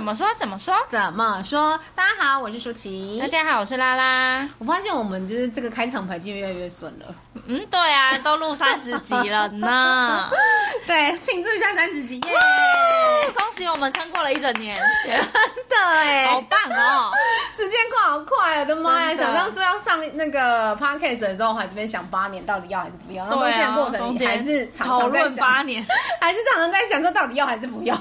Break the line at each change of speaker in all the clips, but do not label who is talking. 么说？怎么说？
怎么说？大家好，我是舒淇
大。家好，我是拉拉。
我发现我们就是这个开场白就越来越顺了。
嗯，对 啊，都录三十集了 呢，
对，庆祝一下三十集耶！
恭喜我们撑过了一整 年，
真的哎，
好棒哦！
时间过好快，我哦的妈呀！
真的
想当初要上那个 podcast 的时候，我还这边想八年到底要还是不要，那中
对
间的
啊，
过
中
程你
间
还是常
讨
常在
论八
想，
年。
还是常常在想说到底要还是不 要。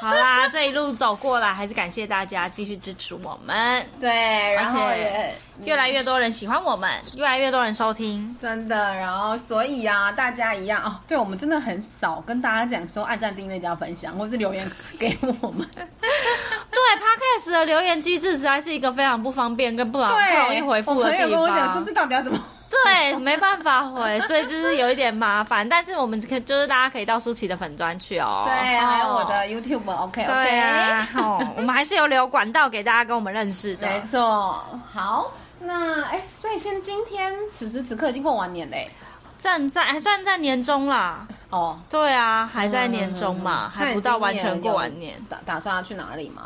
好啦，这一路走过来，还是感谢大家继续支持我们，
对，然后
而且
也
越来越多人喜欢我们，越来越多人收听。
真的，然后所以啊，大家一样哦，对我们真的很少跟大家讲说按赞、订阅、加分享，或是留言给我 们。
对 Podcast 的留言机制实在是一个非常不方便跟不容不
对，
容易回复
我
的
朋
地
友跟
方。
我讲说这到底要怎么？
对，没办法回，所以就是有一点麻烦。但是我们可就是大家可以到舒淇的粉砖去哦。
对，
哦
还有我的。YouTube，OK 哦
对
OK，
啊，好、我们还是有留管道给大家跟我们认识的。
没错，好。那哎，所以现在今天此时此刻已经过完年嘞，
正在还算在年终啦。
哦，
对啊，还在年终嘛，
那
还
你
不到
嗯今
完全过完
有
年，
打打算要去哪里吗？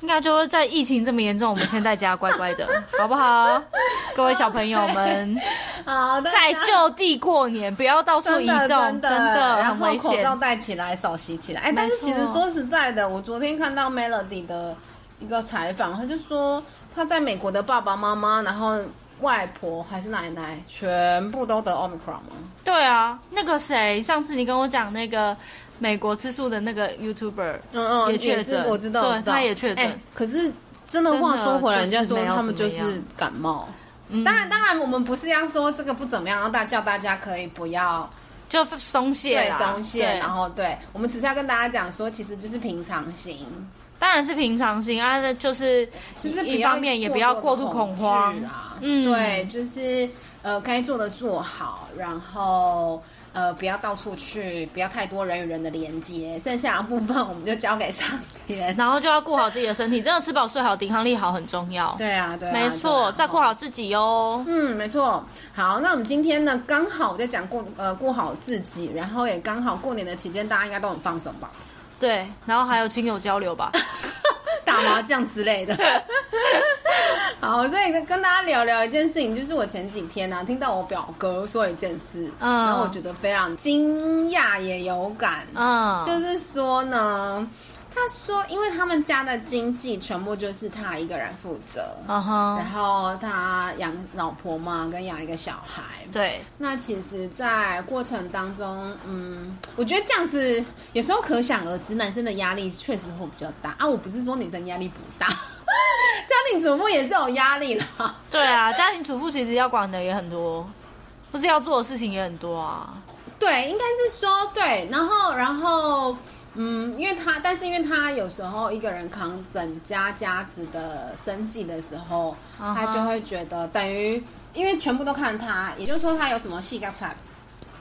应该就是在疫情这么严重，我们先在家乖 乖的，好不好？各位小朋友们，
好，大
在
家
就地过年，不要到处
真
移
的
动，
真然
很
后
危
口
险。
罩戴起来，手洗起来。哎，但是
没错
其实说实在的，我昨天看到 Melody 的一个采访，他就说他在美国的爸爸妈妈，然后外婆还是奶奶，全部都得 Omicron 吗？
对啊，那个谁，上次你跟我讲那个美国吃素的那个 YouTuber，
嗯嗯，
也确
也是
诊
我知道，
对
我知道
他也确诊
哎可是真的
真的
话说回来，人
就是
家说
没有
他们就
怎么
是
样嗯
感冒。当然，当然，我们不是要说这个不怎么样，然后大叫大家可以不要
就松懈
对
啦，
松懈，
对
然后对我们只是要跟大家讲说，其实就是平常心，
当然是平常心啊，那就是
其实不要
一方面也不要过度
度
恐慌
惧啊，
嗯
对，就是呃该做的做好，然后呃不要到处去，不要太多人与人的连接，剩下的部分我们就交给上天。
然后就要顾好自己的身体，真的吃饱睡好，抵抗力好很重要。
对啊，对啊，
没
对
错，
啊
照顾好自己哟。
嗯，没错。好，那我们今天呢，刚好在讲过呃过好自己，然后也刚好过年的期间，大家应该都很放松吧，
对，然后还有亲友交 流吧。
打麻将之类的。 好，所以跟大家聊聊一件事情，就是我前几天啊，听到我表哥说一件事，
嗯
然后我觉得非常惊讶也有感，
嗯，
就是说呢，他说因为他们家的经济全部就是他一个人负责，
嗯
然
哼，
后他养老婆嘛，跟养一个小孩，
对，
那其实，在过程当中，嗯，我觉得这样子有时候可想而知，男生的压力确实会比较大啊。我不是说女生压力不大， 家庭主妇也是有压力啦。
对啊，家庭主妇其实要管的也很多，不是要做的事情也很多啊。
对，应该是说对，然后然后嗯，因为他，但是因为他有时候一个人扛整家家子的生计的时候
嗯哼
他就会觉得等于因为全部都看他，也就是说他有什么戏嘎惨，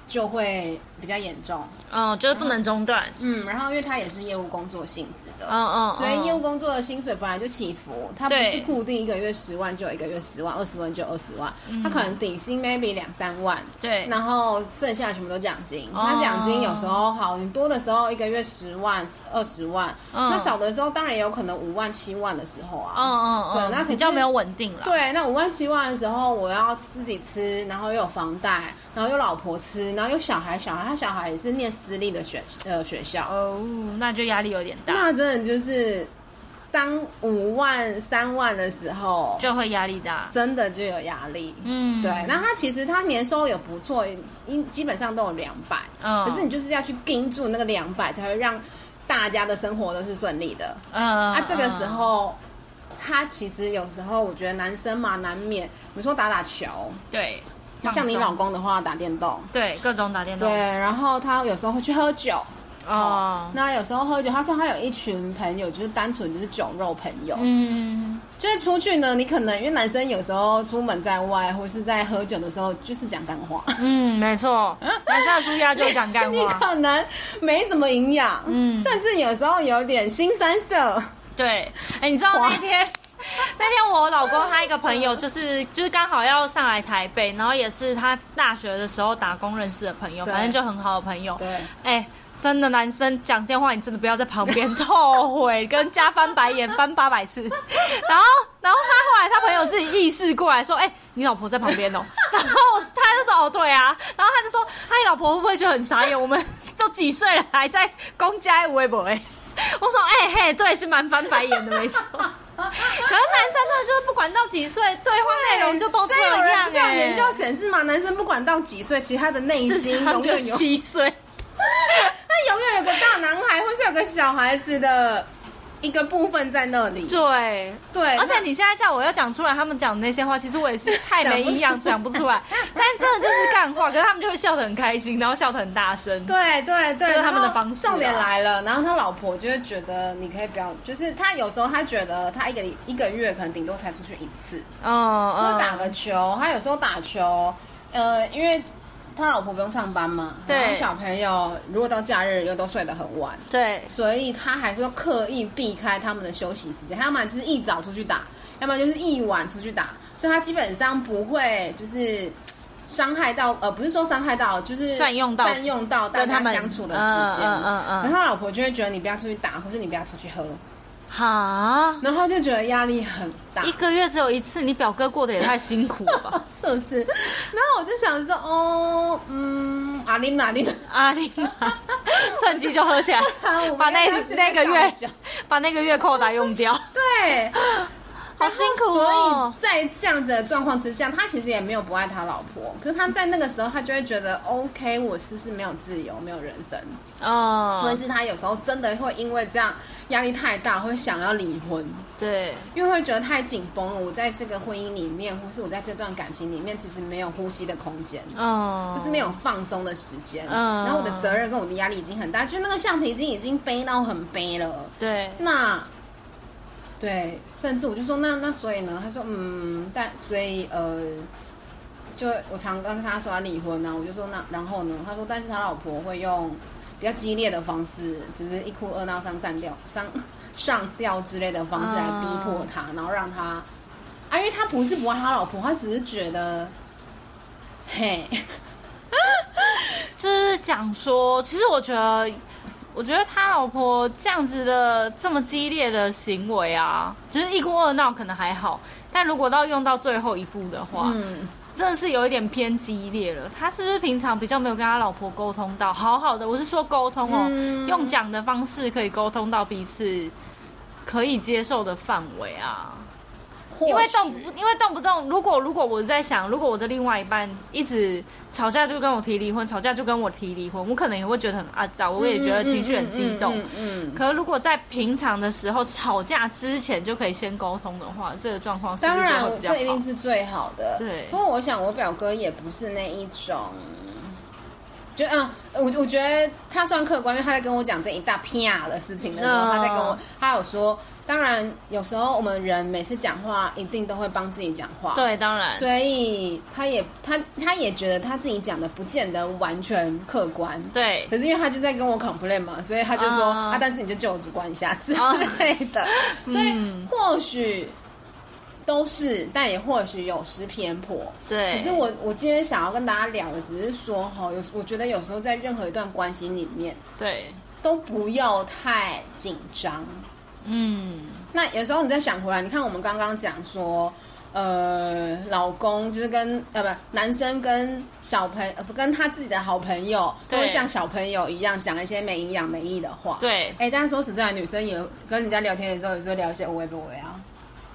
就会比较严重。
嗯，就是不能中断。
嗯，然后因为他也是业务工作性质的，
嗯嗯，
所以业
嗯
务工作的薪水本来就起伏，它不
对
是固定一个月十万就有一个月十万，二十万就有二十万，它可能底薪 maybe 两三万，
嗯对
然后剩下全部都奖金。
哦
那奖金有时候好，你多的时候一个月十万、二十万，
嗯
那少的时候当然也有可能五万、七万的时候啊，
嗯嗯，
对
嗯
那可
比较
是
没有稳定了。
对，那五万七万的时候，我要自己吃，然后又有房贷，然后又老婆吃，然后又小孩，小孩他小孩也是念私立的学呃学校，
哦，那就压力有点大，
那真的就是当五万三万的时候，
就会压力大。
真的就有压力。
嗯，
对，那他其实他年收入也不错，一基本上都有两百、
嗯
可是你就是要去盯住那个两百，才会让大家的生活都是顺利的。
嗯，
啊，这个时
嗯，
候，他其实有时候我觉得男生嘛，难免，比如说打打球，
对，
像你
放松嗯
老公的话打电动，
对各种打电动，
对，然后他有时候会去喝酒。
哦，
那有时候喝酒，他说他有一群朋友，就是单纯就是酒肉朋友，
嗯，
就是出去呢，你可能因为男生有时候出门在外或是在喝酒的时候，就是讲干话，
嗯，没错，男生的舒压就是讲干
你
话，
可能没什么营养，
嗯
甚至有时候有点新三色，
对，哎，你知道那天。 那天我老公他一个朋友就是就是刚好要上来台北，然后也是他大学的时候打工认识的朋友，
对
反正就很好的朋友。
对，
哎、真的男生讲电话，你真的不要在旁边 后悔，跟加翻白眼翻八百次。 然后，然后他后来他朋友自己意识过来说：“哎、你老婆在旁边哦。” 然后我他就说：“哦，对啊。”然后他就说：“他你老婆会不会就很傻眼？我们都几岁了，还在公家微博 哎。”我说：“哎、嘿，对，是蛮翻白眼的，没 错。”可是男生真的就是不管到几岁，对话内容就都
所
这
以有人
样、
不是有
欸。
研究显示嘛，男生不管到几岁，其实他的内
至
心
少
永
就
远有，
七岁。
他永远有个大男孩或是有个小孩子的一个部分在那里。
对，
对，
而且你现在叫我要讲出来他们讲的那些话，其实我也 是太没营养，讲
讲
不
不
出 来。但真的就是干话，可是他们就会笑得很开心，然后笑得很大声。
对对对，
这是他们
然
的
后
方式啊
重点来了，然后他老婆就会觉得你可以不要，就是他有时候他觉得他一个礼一个月可能顶多才出去一次，
嗯
或者打个球，他有时候打球，呃，因为他老婆不用上班嘛，
对
然后小朋友如果到假日又都睡得很晚。
对，
所以他还是刻意避开他们的休息时间，他要么就是一早出去打，要么就是一晚出去打，所以他基本上不会就是伤害到，呃，不是说伤害到，就是
占用到
占用到大
跟他
家
们
相处的时间。
嗯嗯嗯嗯
然后他老婆就会觉得你不要出去打，或是你不要出去喝，
哈，
然后就觉得压力很大
一。个月只有一次，你表哥过得也太辛苦了吧？
是不是？然后我就想说，哦，嗯，阿琳阿琳，
阿丽 妈，趁机就喝起来
我，
把
们
那
要不要去
那个
找
月
一找
把那个月扣打用掉，
对，
好辛苦
所
哦
以。在这样子的状况之下，他其实也没有不爱他老婆，可是他在那个时候，他就会觉得，OK，我是不是没有自由，没有人生？或者
嗯，
是他有时候真的会因为这样压力太大，会想要离婚，
对，
因为会觉得太紧绷了。我在这个婚姻里面，或是我在这段感情里面，其实没有呼吸的空间。
嗯，
就是没有放松的时间，
嗯
然后我的责任跟我的压力已经很大，就是那个橡皮筋已经背到很背了，
对，
那对，甚至我就说那那所以呢？他说嗯，但所以呃，就我常跟他说他离婚啊呢、我就说那然后呢？他说但是他老婆会用比较激烈的方式，就是一哭二闹三上吊上上吊之类的方式来逼
啊
迫他，然后让他啊，因为他不是不爱他老婆，他只是觉得嘿，
就是讲说，其实我觉得，我觉得他老婆这样子的这么激烈的行为啊，就是一哭二闹可能还好，但如果到用到最后一步的话，
嗯，
真的是有一点偏激烈了。他是不是平常比较没有跟他老婆沟通到好好的？我是说沟通哦，
嗯
用讲的方式可以沟通到彼此可以接受的范围啊。因为动
或许
不，因为动不动，如果如果我在想，如果我的另外一半一直吵架就跟我提离婚，吵架就跟我提离婚，我可能也会觉得很阿糟，我也觉得情绪很激
嗯
动。
嗯嗯嗯嗯
可是如果在平常的时候吵架之前就可以先沟通的话，这个状况是不
当
是就
然
会，比较
这一定
好？
是最好的。
对
不过我想我表哥也不是那一种，就嗯，我我觉得他算客观，因为他在跟我讲这一大片啊的事情的时候，
嗯
他在跟我，他有说，当然有时候我们人每次讲话一定都会帮自己讲话，，
对，当然，
所以他也他他也觉得他自己讲的不见得完全客观，
对，
可是因为他就在跟我 complain 嘛，所以他就说、
啊
啊，但是你就借我主观一下 之
啊
类的，所以
嗯
或许都是，但也或许有失偏颇。
对。
可是我我今天想要跟大家聊的，只是说哈，有我觉得有时候在任何一段关系里面
对，
都不要太紧张。
嗯，
那有时候你再想回来，你看我们刚刚讲说，呃，老公就是跟呃不男生跟小朋友、呃不跟他自己的好朋友，都
对
会像小朋友一样讲一些没营养没意义的话。。
对，
哎、但是说实在，女生也跟人家聊天的时候，也是会聊一些无微不微啊，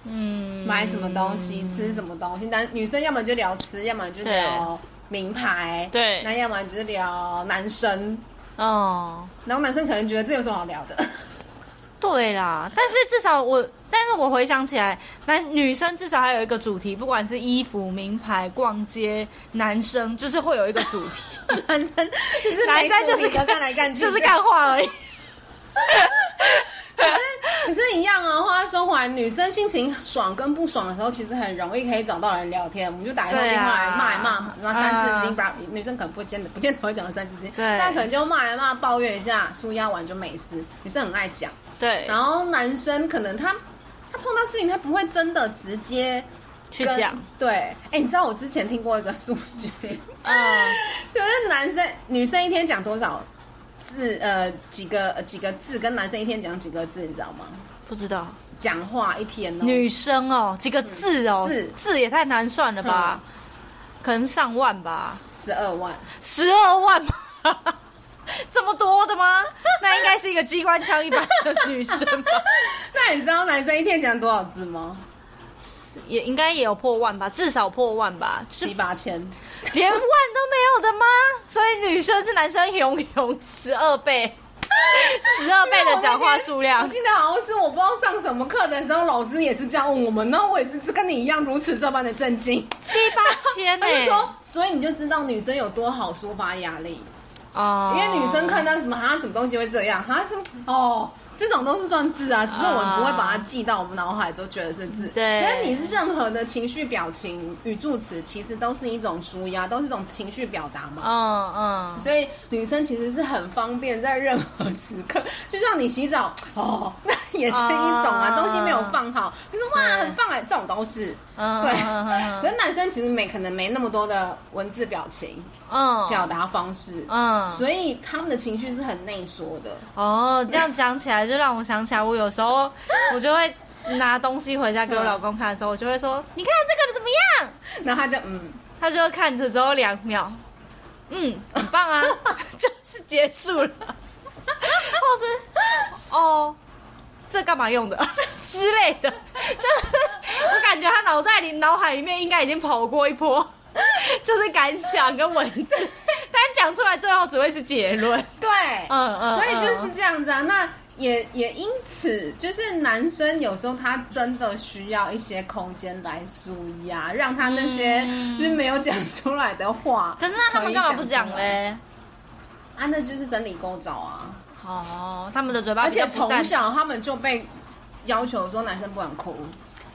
嗯，
买什么东西，吃什么东西。男女生要么就聊吃，要么就聊名牌，
对
那要么就是聊男生，
哦，
然后男生可能觉得这有什么好聊的，
对啦，但是至少我，但是我回想起来，男女生至少还有一个主题，不管是衣服、名牌、逛街，男生就是会有一个主 题，
男生就是
男生就是
干干来干去，
就是干话而已。
可是，一样啊。话说回来，女生心情爽跟不爽的时候，其实很容易可以找到人聊天。我们就打一通
对啊
电话来骂一骂，那三字
啊
经，不然女生可能不见得不见得会讲三字经，
对啊
但可能就骂一骂，抱怨一下，舒压完就没事。女生很爱讲，
对，
然后男生可能他他碰到事情，他不会真的直接
去
跟
讲，。
对，哎、你知道我之前 听过一个数据，
嗯，
就是男生女生一天讲多少字呃几个呃几个字，跟男生一天讲几个字，你知道吗？
不知道
讲话一天哦，
女生哦，几个字哦，
嗯字嗯
字也太难算了吧？可能上万吧，
十二万，
十二万吧， 这么多的吗？那应该是一个机关枪一般的女生吧，
那你知道男生一天讲多少字吗？
也应该也有破万吧，至少破万吧，是
七八千，
连万都没有的吗？所以女生是男生熊熊十二倍， 十二倍的讲话数
我
量。
记得好像是我不知道上什么课的时候，老师也是这样问我们，然后我也是跟你一样如此这般的震惊。
七八千欸呢、
他就说，所以你就知道女生有多好抒发压力，
哦
因为女生看到什么啊，什么东西会这样，啊什么哦，这种都是算字啊，只是我们不会把它记到我们脑海中，觉得是字。
对
但是你任何的情绪、表情、语助词，其实都是一种舒压，都是一种情绪表达嘛。
嗯嗯，
所以女生其实是很方便，在任何时刻， 就像你洗澡哦， 那也是一种啊，
啊
东西没有放好，就是哇
对
很棒哎，这种都是。
嗯
对
嗯嗯，
可是男生其实没可能没那么多的文字表情
嗯
表达方式，
嗯，
所以他们的情绪是很内缩的。
哦，这样讲起来就让我想起来，我有时候我就会拿东西回家给我老公看的时候，我就会说：“你看这个怎么样
然后他就嗯，？”
他就会看着之后两秒，嗯，很 棒啊， 就是结束了，或是哦。这干嘛用的 之类的，就是我感觉他脑袋里、脑海里面应该已经跑过一波，就是感想跟文字， 但讲出来最后只会是结论。
对，
嗯嗯
所以就是这样子啊。那也也因此，就是男生有时候他真的需要一些空间来舒压，让他那些就是没有讲出来的话。
嗯可是那他们干嘛不讲
可以出来？
嘞？
啊，那就是整理构造啊。
哦，他们的嘴巴
而
比较
且
不
从
善
小他们就被要求说男生不能哭，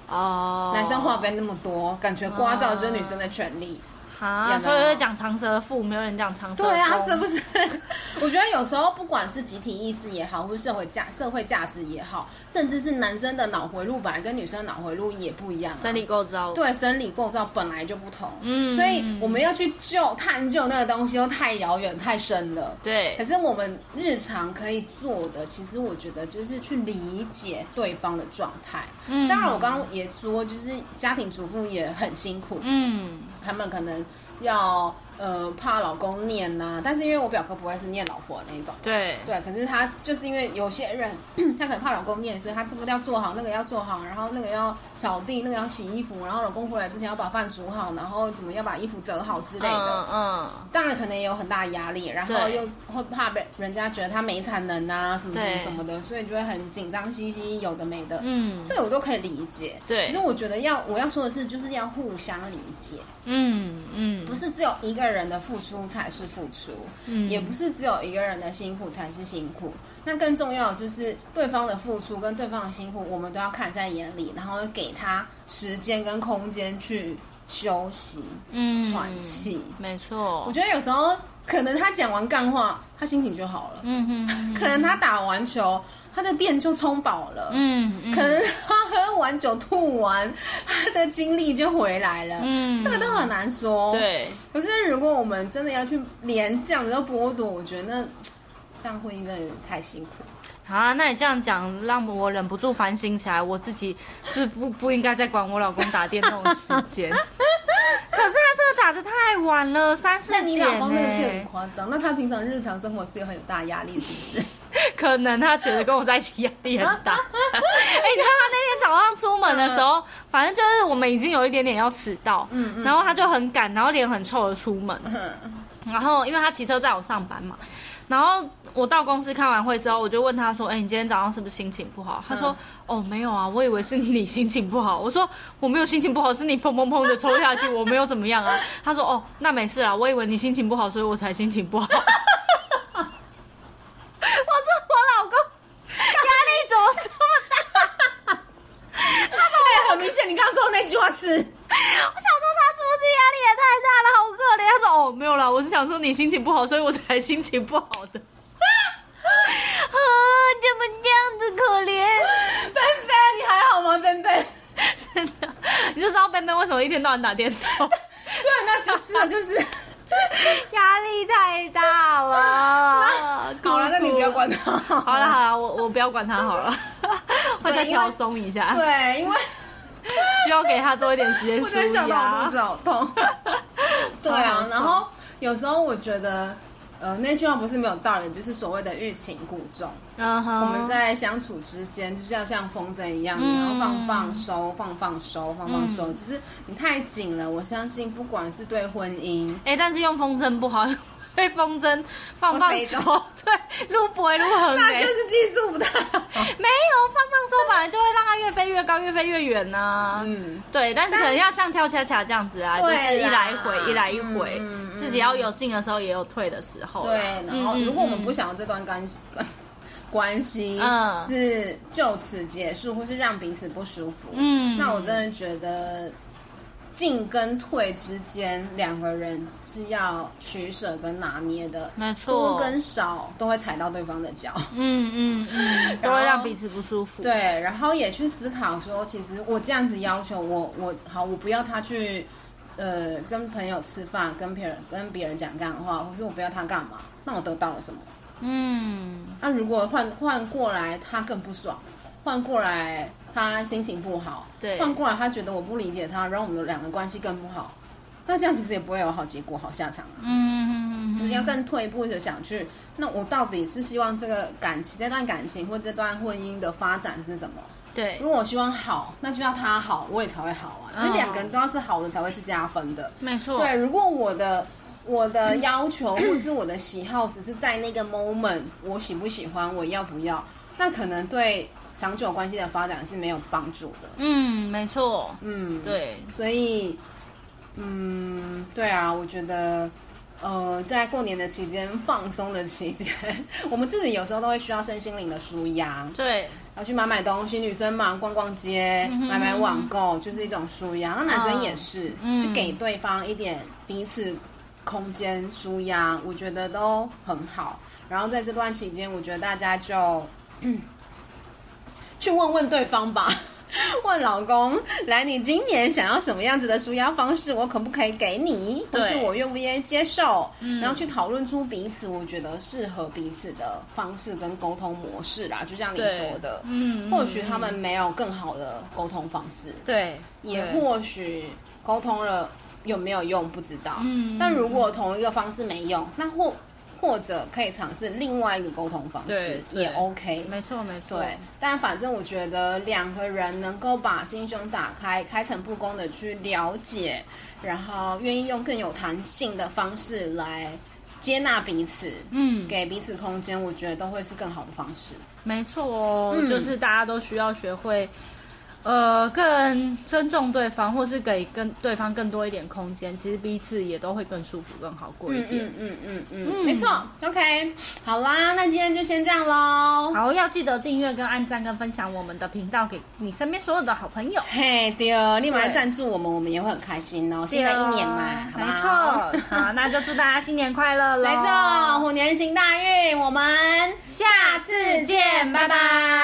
哦，
男生话不要那么多，感觉刮噪就是女生的权利。有没
啊，
有
所以会讲长舌妇，没有人讲长舌公。
对啊，是不是？ 我觉得有时候不管是集体意识也好，或是社会价社会价值也好，甚至是男生的脑回路本来跟女生的脑回路也不一样、啊，
生理构造？，
对生理构造本来就不同，
嗯
所以我们要去就探究那个东西又太遥远太深了。可
对，
是我们日常可以做的，其实我觉得就是去理解对方的状态。
嗯
当然我刚刚也说，就是家庭主妇也很辛苦，
嗯，
他们可能要呃怕老公念呐、但是因为我表哥不会是念老婆那一种，
对，
对，可是他就是因为有些人 他可能怕老公念，所以他这个要做好，那个要做好，然后那个要扫地，那个要洗衣服，然后老公回来之前要把饭煮好，然后怎么要把衣服折好之类的。
嗯
当然，可能也有很大的压力，然后
对
又会怕被人家觉得他没产能啊，什么什么
对
什么的，所以就会很紧张兮兮，有的没的。
嗯
这个我都可以理解。
对
可是我觉得要我要说的是，就是要互相理解。
嗯嗯
不
嗯，
是只有一个人的付出才是付出，
嗯
也不是只有一个人的辛苦才是辛苦。那更重要的就是对方的付出跟对方的辛苦，我们都要看在眼里，然后给他时间跟空间去休息、
嗯
喘，气。
没错，
我觉得有时候可能他讲完干话，他心情就好了；
嗯哼嗯
可能他打完球，他的电就充饱了。
嗯嗯，
可能他喝完酒吐完，他的精力就回来了。
嗯
这个都很难说。，
对，
可是如果我们真的要去连这样子都剥夺，我觉得那这样婚姻真的有点太辛苦。
啊，那你这样讲，让我忍不住反省起来，我自己是不不应该再管我老公打电动的时 间。可是他这个打的太晚了，三四
那
点、
你老公那个是有点
欸，
夸张，那他平常日常生活是有很大压力， 是不是？
可能他觉得跟我在一起压力很 大。哎、 你看他那天早上出门的时候，反正就是我们已经有一点点要迟到，
嗯嗯
然后他就很赶，然后脸很臭的出门，
嗯
然后因为他骑车载我上班嘛，然后我到公司开完会之后，我就问他说：“哎、你今天早上是不是心情不好？”他
嗯
说：“哦，没有啊，我以为是你心情不好。”我说：“我没有心情不好，是你砰砰砰的抽下去，我没有怎么样啊。” 他说：“哦，那没事啦，我以为你心情不好，所以我才心 情不好。”我说：“我老公压力怎么这么大？”
哎呀，很明显，你刚刚说的那句话是，
我想说他是不是压力也太大了，好可怜。他说哦没有啦，我是想说你心情不好，所以我才 心情不好的。啊，怎么这样子可怜？
菲菲，你还好吗？菲菲，
真的，你就知道贝贝为什么一天到晚打电动。
对，那就是啊，就是。
压力太大 了。
好了，那你不要管他。
好了好了，我我不要管他 好了，我再
对因为
调松一下，
对，因为
需要给他多一点时间
我
舒
真的想到我肚
压
子。好 痛。对
好
啊
好，
然后有时候我觉得，呃，那句话不是没有道理，就是所谓的欲擒故纵。
嗯哼，
我们在相处之间，就是要像风筝一样，你
嗯
要放放收，放放收，放放收。就是你太紧了，我相信不管是对婚姻，
哎、但是用风筝不好，因为风筝放放
会飞
手
走，
对，路不会路 很
那
美
就。是技术不太好。
没有放放手，本来就会让它越飞越高，越飞越远呐、
嗯，
对，但是可能要像跳恰恰这样子啊，就
对啦
是一来一回，一来一回，
嗯嗯嗯
自己要有进的时候也有退的时候啦。
对。然后，
嗯嗯
如果我们
嗯
不想要这段关系， 关系
嗯
是就此结束，或是让彼此不舒服，
嗯
那我真的觉得。进跟退之间，两个人是要取舍跟拿捏的，
没错
多跟少都会踩到对方的脚。
嗯嗯嗯，都会让彼此不舒服。，
对，然后也去思考说，其实我这样子要求我，我好，我不要他去，呃，跟朋友吃饭，跟别人跟别人讲干话，或是我不要他干嘛，那我得到了什么？
嗯，
那、如果换换过来，他更不爽，换过来他心情不好，
对
换过来他觉得我不理解他，然后我们两个关系更不好，那这样其实也不会有好结果、好下场啊。
嗯
就是要更退一步的想去，那我到底是希望这个感情、这段感情或这段婚姻的发展是什么？
对，
如果我希望好，那就要他好，我也才会好啊。
嗯
所以两个人都要是好的才会是加分的。
没错，
对，如果我的我的要求或是我的喜好只是在那个 moment 我喜不喜欢，我要不要，那可能对长久关系的发展是没有帮助的。
嗯，没错，
嗯，，
对，
所以，嗯，对啊，我觉得。呃，在过年的期间，放松的期间， 我们自己有时候都会需要身心灵的舒压。
对，
然后去买买东西，女生嘛逛逛街，
嗯哼
买买网购就是一种舒压，那男生也是，
嗯
就给对方一点彼此空间舒压，我觉得都很好。然后在这段期间，我觉得大家就、 嗯去问问对方吧。 问老公，来，你今年想要什么样子的舒压方式？我可不可以给你？或
对嗯
是我愿不愿意接受？然后去讨论出彼此我觉得适合彼此的方式跟沟通模式啦。就像你
对
说的，
嗯，
或许他们没有更好的沟通方式，
对，
也
嗯对
或许沟通了有没有用不知道。
嗯
但如果同一个方式没用，那或或者可以尝试另外一个沟通方式
对，对
也 OK。
没错，没错，
对，但反正我觉得两个人能够把心胸打开，开诚布公的去了解，然后愿意用更有弹性的方式来接纳彼此，
嗯，
给彼此空间，我觉得都会是更好的方式。
没错哦，
嗯
就是大家都需要学会，呃，更尊重对方，或是给跟对方更多一点空间，其实彼此也都会更舒服、更好过一
嗯
点。
嗯嗯嗯嗯，没错。OK，好啦，那今天就先这样喽。
好，要记得订阅、跟按赞、跟分享我们的频道给你身边所有的好朋友。
嘿，对哦，立马来
对
赞助我们，我们也会很开心哦。新的一年嘛，好
哎没
不好
错。好，那就祝大家新年快乐喽！
没错，虎年行大运，我们下次见，拜拜。